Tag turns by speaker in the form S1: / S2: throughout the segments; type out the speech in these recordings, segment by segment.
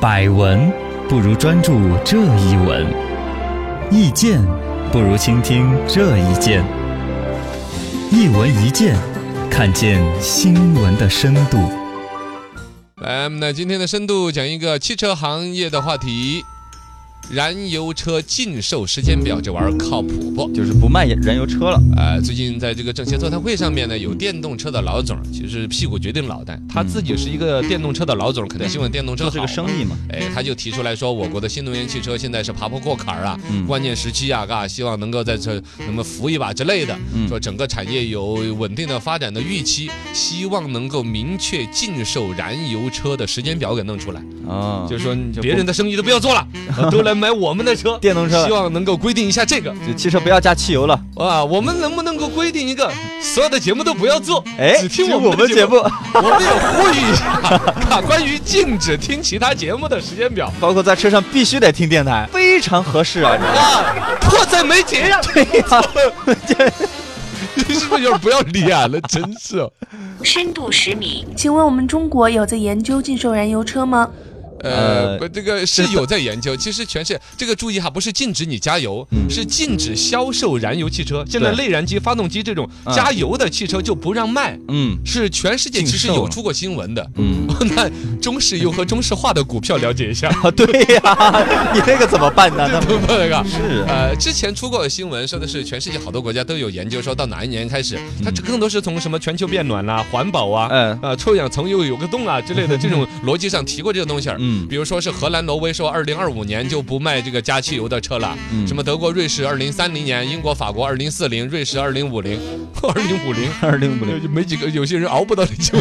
S1: 百闻不如专注这一闻，意见不如倾听这一见。一闻一见，看见新闻的深度。
S2: 来，我们那今天的深度讲一个汽车行业的话题。燃油车禁售时间表，这玩意儿靠谱不？
S3: 就是不卖燃油车了。
S2: 呃，最近在这个政协座谈会上面呢，有电动车的老总，其实屁股决定脑袋，他自己是一个电动车的老总，肯定希望电动车
S3: 做这个生
S2: 意。
S3: 意嘛，
S2: 哎，他就提出来说，我国的新能源汽车现在是爬坡过坎儿啊，
S3: 嗯
S2: 关键时期啊，嘎，希望能够在这那么扶一把之类的。
S3: 嗯
S2: 说整个产业有稳定的发展的预期，希望能够明确禁售燃油车的时间表给弄出来。
S3: 啊，
S2: 就是说
S3: 就
S2: 别
S3: 不
S2: 人的生意都不要 做了，呃都来买我们的车，
S3: 电动车
S2: 希望能够规定一下这个
S3: 就汽车不要加汽油了。
S2: 啊，我们能不能够规定一个，所有的节目都不要做，
S3: 哎，
S2: 只听
S3: 就
S2: 我
S3: 我
S2: 们的
S3: 们
S2: 节
S3: 节
S2: 目。
S3: 目，
S2: 我们也呼吁一下， 啊，关于禁止听其他节目的时间表。
S3: 包括在车上必须得听电台，非常合 适啊。
S2: 啊，迫在眉睫 呀！
S3: 对
S1: 哎
S3: 呀，
S2: 你是不是有点不要脸了？真 是。
S4: 深度十米，
S5: 请问我们中国有在研究禁售燃油车吗？
S2: 呃，
S3: 呃
S2: 不这个是有在研究，其实全是这个注意哈，不是禁止你加油，是禁止销售燃油汽车。现在
S3: 嗯对
S2: 内燃机发动机这种
S3: 嗯
S2: 加油的汽车就不让卖，
S3: 嗯
S2: 是全世界
S3: 禁
S2: 其实
S3: 售
S2: 有
S3: 了
S2: 出过新闻的。
S3: 嗯，
S2: 那中石油和中石化的股票了解一下，
S3: 啊，对呀，你那个怎么办 呢？那
S2: 对不对啊？
S3: 是
S2: 呃，之前出过的新闻，说的是全世界好多国家都有研究，说到哪一年开始，它这更多是从什么全球变暖啦、环保啊、
S3: 嗯
S2: 呃臭氧层又有个洞啊之类的这种逻辑上提过这个东西儿。
S3: 嗯
S2: 比如说是荷兰、挪威说二零二五年就不卖这个加汽油的车了，
S3: 嗯
S2: 什么德国、瑞士二零三零年，英国、法国二零四零，瑞士二零五 零，二零五零。
S3: 二零五零，
S2: 没几个，有些人熬不到那 就。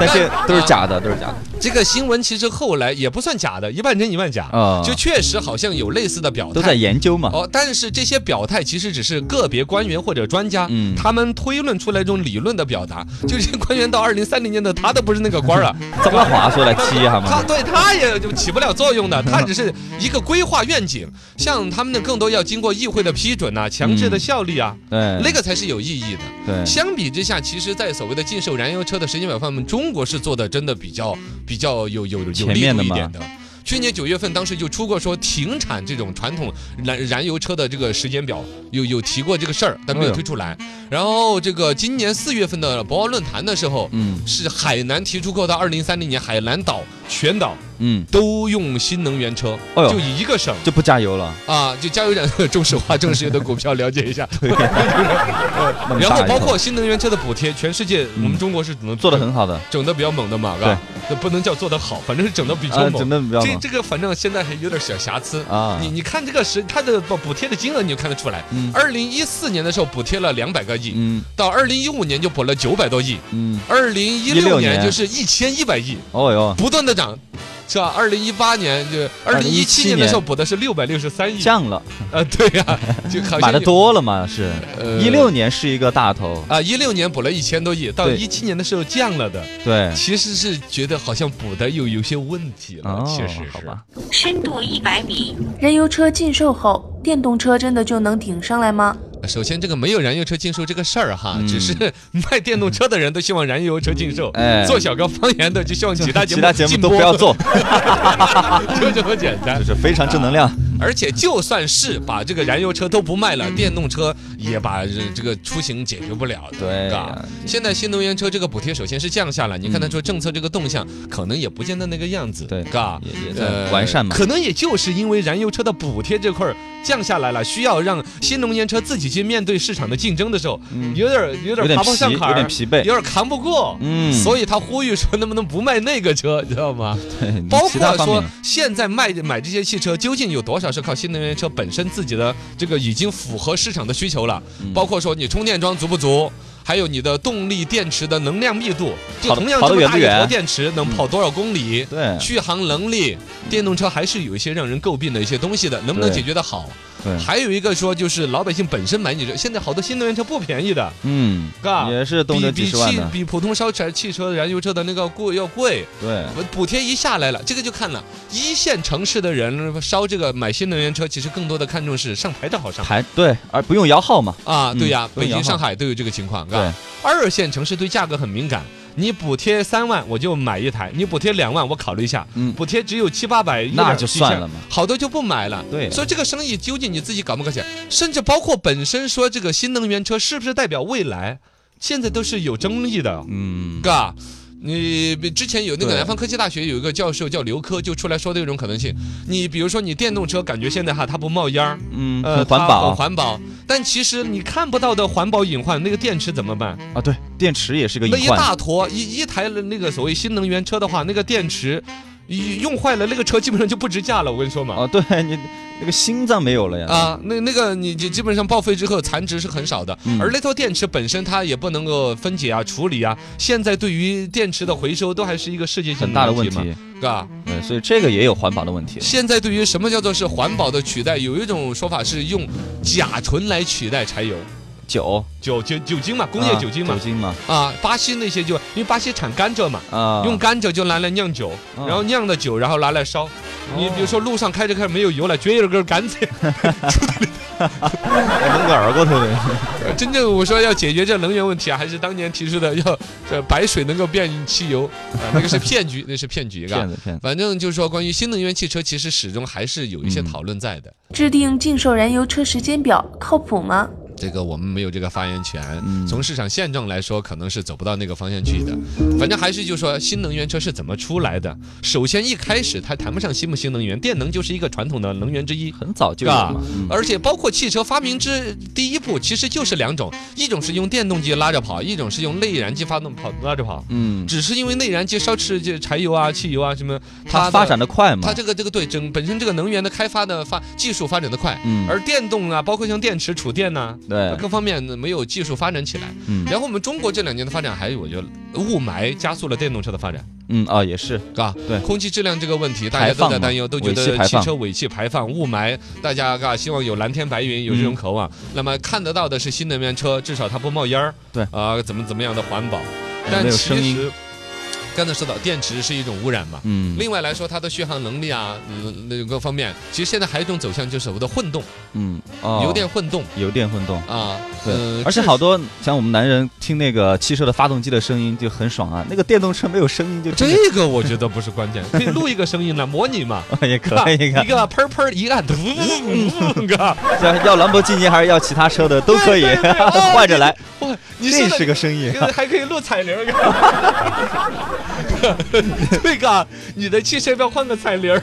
S3: 但是都是假的，都是假的，
S2: 这个新闻其实后来也不算假的，一半真一半假，
S3: 啊
S2: 就确实好像有类似的表态。
S3: 都在研究嘛。
S2: 哦，但是这些表态其实只是个别官员或者专家，
S3: 嗯
S2: 他们推论出来一种理论的表达。就这些官员到二零三零年的，他都不是那个官 儿啊，
S3: 张华说来啊踢哈
S2: 他
S3: 嘛，
S2: 对他也就起不了作用的，他只是一个规划愿景。像他们的更多要经过议会的批准呐、强制的效力啊，
S3: 嗯对
S2: 那个才是有意义的。
S3: 对，
S2: 相比之下，其实，在所谓的禁售燃油车的时间表方面，中国是做的真的比较比较有有有力
S3: 前
S2: 度
S3: 面的
S2: 一
S3: 嘛
S2: 点的。去年九月份，当时就出过说停产这种传统燃燃油车的这个时间表，有有提过这个事儿，但没
S3: 哎
S2: 有
S3: 呦
S2: 推出来。然后这个今年四月份的博鳌论坛的时候，
S3: 嗯
S2: 是海南提出过到二零三零年海南岛全岛
S3: 嗯，
S2: 都用新能源车，
S3: 哎呦
S2: 就一个省。
S3: 就不加油了。
S2: 啊，就加油站 中石化、中石油的股票了解 一下，
S3: 那么
S2: 然
S3: 大
S2: 后
S3: 一
S2: 包
S3: 头
S2: 括新能源车的补贴，全世界我们
S3: 嗯
S2: 中国是只能
S3: 做的很好的，
S2: 整的比较猛的嘛，嘎，这不能叫做的好，反正是整的比较
S3: 啊，整
S2: 猛。
S3: 的比较
S2: 这
S3: 猛
S2: 这个反正现在还有点小瑕疵。
S3: 啊，
S2: 你你看这个是它的补补贴的金额，你就看得出来。
S3: 嗯
S2: 二零一四年的时候补贴了两百个亿，
S3: 嗯
S2: 到二零一五年就补了九百多亿，
S3: 嗯，
S2: 二零一六
S3: 16
S2: 年
S3: 年
S2: 就是一千一百亿，
S3: 哦哟，
S2: 不断的涨，是吧？二零一八年就二零一七
S3: 2017
S2: 年的时候补的是六百六十三亿，
S3: 降了，
S2: 呃，对呀、就好像
S3: 买的
S2: 有
S3: 多了嘛是。
S2: 啊呃
S3: 一六年是一个大头，
S2: 啊，一六年补了一千多亿，到
S3: 对
S2: 一七年的时候降了的。
S3: 对，
S2: 其实是觉得好像补的又有些问题了，
S3: 哦
S2: 其实是
S3: 好吧，
S4: 深度一百米，
S5: 燃油车禁售后，电动车真的就能顶上来吗？
S2: 首先，这个没有燃油车禁售这个事儿哈，
S3: 嗯
S2: 只是 卖电动车的人都希望燃油车禁售，
S3: 哎
S2: 做小刚方言的就希望其他节目
S3: 其他节目
S2: 禁
S3: 都
S2: 播
S3: 不要，做，
S2: 就这么简单
S3: 就。是非常正能量。
S2: 而且，就算是把这个燃油车都不卖了，
S3: 嗯
S2: 电动车也把这这个出行解决不了的，
S3: 对
S2: 是吧
S3: 呀嗯
S2: 现在新能源车这个补贴首先是降下了，你看他说政策这个动向，可能也不见得那个样子，
S3: 对
S2: 嘎，
S3: 也也在
S2: 呃
S3: 完善嘛
S2: 可能也就是因为燃油车的补贴这块儿降下来了，需要让新能源车自己去面对市场的竞争的时候，有点儿有点
S3: 嗯有
S2: 儿
S3: 点
S2: 爬不上
S3: 疲
S2: 坎儿，
S3: 有点疲惫
S2: 有点儿扛不过，
S3: 嗯
S2: 所以他呼吁说能不能不卖那个车，知道吗？
S3: 对你
S2: 包
S3: 嗯其他
S2: 括
S3: 方
S2: 说
S3: 面，
S2: 现在卖买这些汽车，究竟有多少是靠新能源车本身自己的这个已经符合市场的需求了？
S3: 嗯
S2: 包括说你充电桩足不足，还有你的动力电池的能量密度，就
S3: 跑得
S2: 同样
S3: 跑
S2: 这么
S3: 得远
S2: 大一
S3: 不
S2: 坨
S3: 远
S2: 电池能跑多少公里？
S3: 对嗯
S2: 续航能力，电动车还是有一些让人诟病的一些东西的，能不能
S3: 对
S2: 解决得好？
S3: 对，
S2: 还有一个说就是老百姓本身买你这，现在好多新能源车不便宜的，
S3: 嗯，
S2: 嘎，
S3: 也是动辄
S2: 比
S3: 几十万
S2: 比
S3: 的
S2: 汽，比普通烧柴汽车、燃油车的那个贵要贵。
S3: 对，
S2: 补贴一下来了，这个就看了一线城市的人烧这个买新能源车，其实更多的看重是上牌照好上
S3: 还对，而不用摇号嘛，
S2: 啊，对呀、
S3: 嗯嗯不
S2: 北
S3: 用摇
S2: 京、
S3: 号
S2: 上海都有这个情况，
S3: 对
S2: 啊，，二线城市对价格很敏感，你补贴三万我就买一台，你补贴两万我考虑一下，
S3: 嗯
S2: 补贴只有七八百，一
S3: 那
S2: 两
S3: 就
S2: 几
S3: 算
S2: 千
S3: 了嘛
S2: 好多就不买了。
S3: 对
S2: 所以这个生意究竟你自己搞不搞起来，甚至包括本身说这个新能源车是不是代表未来，现在都是有争议的。
S3: 嗯，
S2: 嘎。你之前有那个
S3: 对
S2: 南方科技大学有一个教授叫刘科，就出来说的一种可能性。你比如说，你电动车感觉现在哈它不冒烟儿，
S3: 嗯，
S2: 呃，
S3: 很环
S2: 它
S3: 保
S2: 很环保。但其实你看不到的环保隐患，那个电池怎么办？
S3: 啊，对，电池也是个
S2: 那一
S3: 隐患，
S2: 大坨一一台那个所谓新能源车的话，那个电池一用坏了，那个车基本上就不值价了。我跟你说嘛，
S3: 啊，对你那个心脏没有了呀，
S2: 啊，那那个你就基本上报废之后残值是很少的，
S3: 嗯
S2: 而那套电池本身它也不能够分解啊、处理啊。现在对于电池的回收都还是一个世界性
S3: 很大的问
S2: 嘛，
S3: 题，
S2: 是吧？
S3: 对，所以这个也有环保的问题，
S2: 现在对于什么叫做是环保的取代，有一种说法是用甲醇来取代柴油，
S3: 酒，
S2: 酒酒酒精嘛，工业
S3: 啊
S2: 酒精嘛
S3: 酒，精嘛，
S2: 啊，巴西那些就因为巴西产甘蔗嘛。
S3: 啊，
S2: 用甘蔗就拿来酿酒，
S3: 啊哦
S2: 然后酿的酒，然后拿来烧。你比如说路上开着开着没有油了，撅一根甘蔗。
S3: 蒙个耳朵头 的，
S2: 真正我说要解决这能源问题啊，还是当年提出的要这白水能够变汽油，啊那个是骗局，那是骗局，嘎
S3: 骗。子嗯骗子，
S2: 反正就是说，关于新能源汽车，其实始终还是有一
S3: 嗯
S2: 些讨论在的。
S5: 制定禁售燃油车时间表靠谱吗？
S2: 这个我们没有这个发言权。
S3: 嗯
S2: 从市场现状来说，可能是走不到那个方向去的。反正还是就说新能源车是怎么出来的。首先一开始它谈不上新不新能源，电能就是一个传统的能源之一。
S3: 很早就有
S2: 啊
S3: 嘛，嗯
S2: 而且包括汽车发明之第一步，其实就是两种，一种是用电动机拉着跑，一种是用内燃机发动跑拉着跑。
S3: 嗯，
S2: 只是因为内燃机烧吃这柴油啊、汽油啊什么，
S3: 它
S2: 的
S3: 发展的快嘛
S2: 它，这个这个对整本身这个能源的开发的发技术发展的快，
S3: 嗯
S2: 而电动啊，包括像电池、储电呐、
S3: 对，
S2: 各方面没有技术发展起来。
S3: 嗯
S2: 然后我们中国这两年的发展，还有我觉得雾霾加速了电动车的发展，
S3: 嗯啊，也是，
S2: 是吧？
S3: 对
S2: 空气质量这个问题，大家
S3: 排放
S2: 都
S3: 嘛
S2: 在担忧，都觉
S3: 尾气
S2: 得
S3: 排
S2: 汽
S3: 放嗯
S2: 车尾气排放、雾霾，大家嘎希望有蓝天白云，有这种渴望。那么看得到的是新能源车，至少它不冒烟儿，
S3: 对嗯
S2: 啊、怎么怎么样的环保。但
S3: 没有声
S2: 其
S3: 音
S2: 实刚才说到电池是一种污染嘛，
S3: 嗯
S2: 另外来说，它的续航能力啊，嗯那各方面，其实现在还有一种走向就是所谓的混动，
S3: 嗯，哦
S2: 油电混动
S3: 油电混动。
S2: 啊，
S3: 对
S2: 呃，
S3: 而且好多像我们男人听那个汽车的发动机的声音就很爽啊，那个电动车没有声音就真
S2: 这个我觉得不是关键，可以录一个声音来模拟 嘛。
S3: 的也可以，啊嗯
S2: 一个喷喷一按，嘟个，
S3: 要要兰博基尼还是要其他车的都可以
S2: 对对对，哦
S3: 换着来，
S2: 哇，你
S3: 这
S2: 说的
S3: 是个啊生意。
S2: 还可以录彩铃儿， 嘎对嘎，你的汽车要不要换个彩铃儿，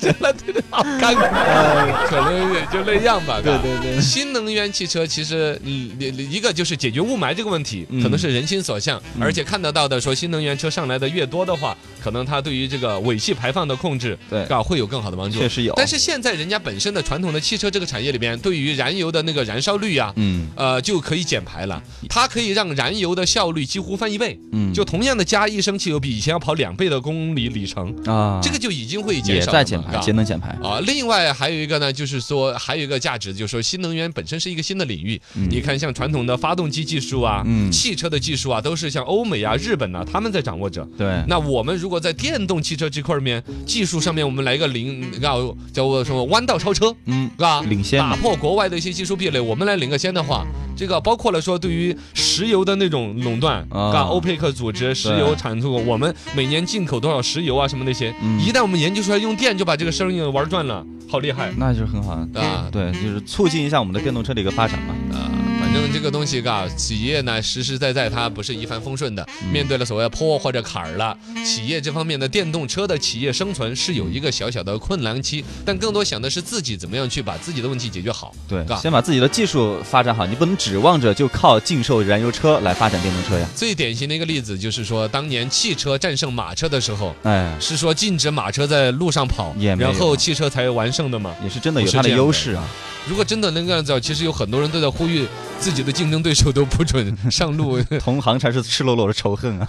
S2: 真的真的好尴
S3: 哎
S2: 尬， 可能也就那样吧。对对对，新能源汽车其实嗯一一个就是解决雾霾这个问题，
S3: 嗯
S2: 可能是人心所向，而且看得到的说新能源车上来的越多的话，可能它对于这个尾气排放的控制，
S3: 对
S2: 嘎会有更好的帮助。
S3: 确实有
S2: 但是现在人家本身的传统的汽车这个产业里边，对于燃油的那个燃烧率啊，
S3: 嗯
S2: 呃，就可以减排了。它可以让燃油的效率几乎翻一倍，
S3: 嗯，
S2: 就同样的加一升汽油，比以前要跑两倍的公里里程，
S3: 啊，
S2: 这个就已经会减
S3: 也
S2: 少了嘛。
S3: 在减排，
S2: 啊
S3: 节能减排。
S2: 啊，另外还有一个呢，就是说还有一个价值，就是说新能源本身是一个新的领域。你看，像传统的发动机技术啊，
S3: 嗯
S2: 汽车的技术啊，都是像欧美啊、日本啊，他们在掌握着。
S3: 对，
S2: 那我们如果在电动汽车这块儿面技术上面，我们来一个零，啊，叫我什么弯道超车，
S3: 嗯
S2: 是吧？
S3: 领先嘛
S2: 打破国外的一些技术壁垒，我们来领个先的话，这个包括了说对于石油的那种垄断，
S3: 啊
S2: 啊，欧佩克组织石油产出国，我们每年进口多少石油啊，什么那些，
S3: 嗯
S2: 一旦我们研究出来用电，就把这个生意玩转了，好厉害
S3: 那就是很好。
S2: 啊！
S3: 对，就是促进一下我们的电动车的一个发展嘛。
S2: 啊，反正这个东西，嘎，企业呢实实在在它不是一帆风顺的，
S3: 嗯
S2: 面对了所谓的坡或者坎儿了，企业这方面的电动车的企业生存是有一个小小的困难期，但更多想的是自己怎么样去把自己的问题解决好。
S3: 对
S2: 嘎，
S3: 先把自己的技术发展好，你不能指望着就靠禁售燃油车来发展电动车呀。
S2: 最典型的一个例子就是说，当年汽车战胜马车的时候，
S3: 哎，
S2: 是说禁止马车在路上跑
S3: 也，没有
S2: 然后汽车才完胜的嘛。
S3: 也是真的
S2: 不
S3: 有
S2: 是
S3: 它的
S2: 这样的
S3: 优势啊。
S2: 如果真的能这样子，其实有很多人都在呼吁自己的竞争对手都不准上路，
S3: 同行才是赤裸裸的仇恨啊。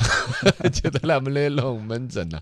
S2: 觉得他们勒冷门怎呢？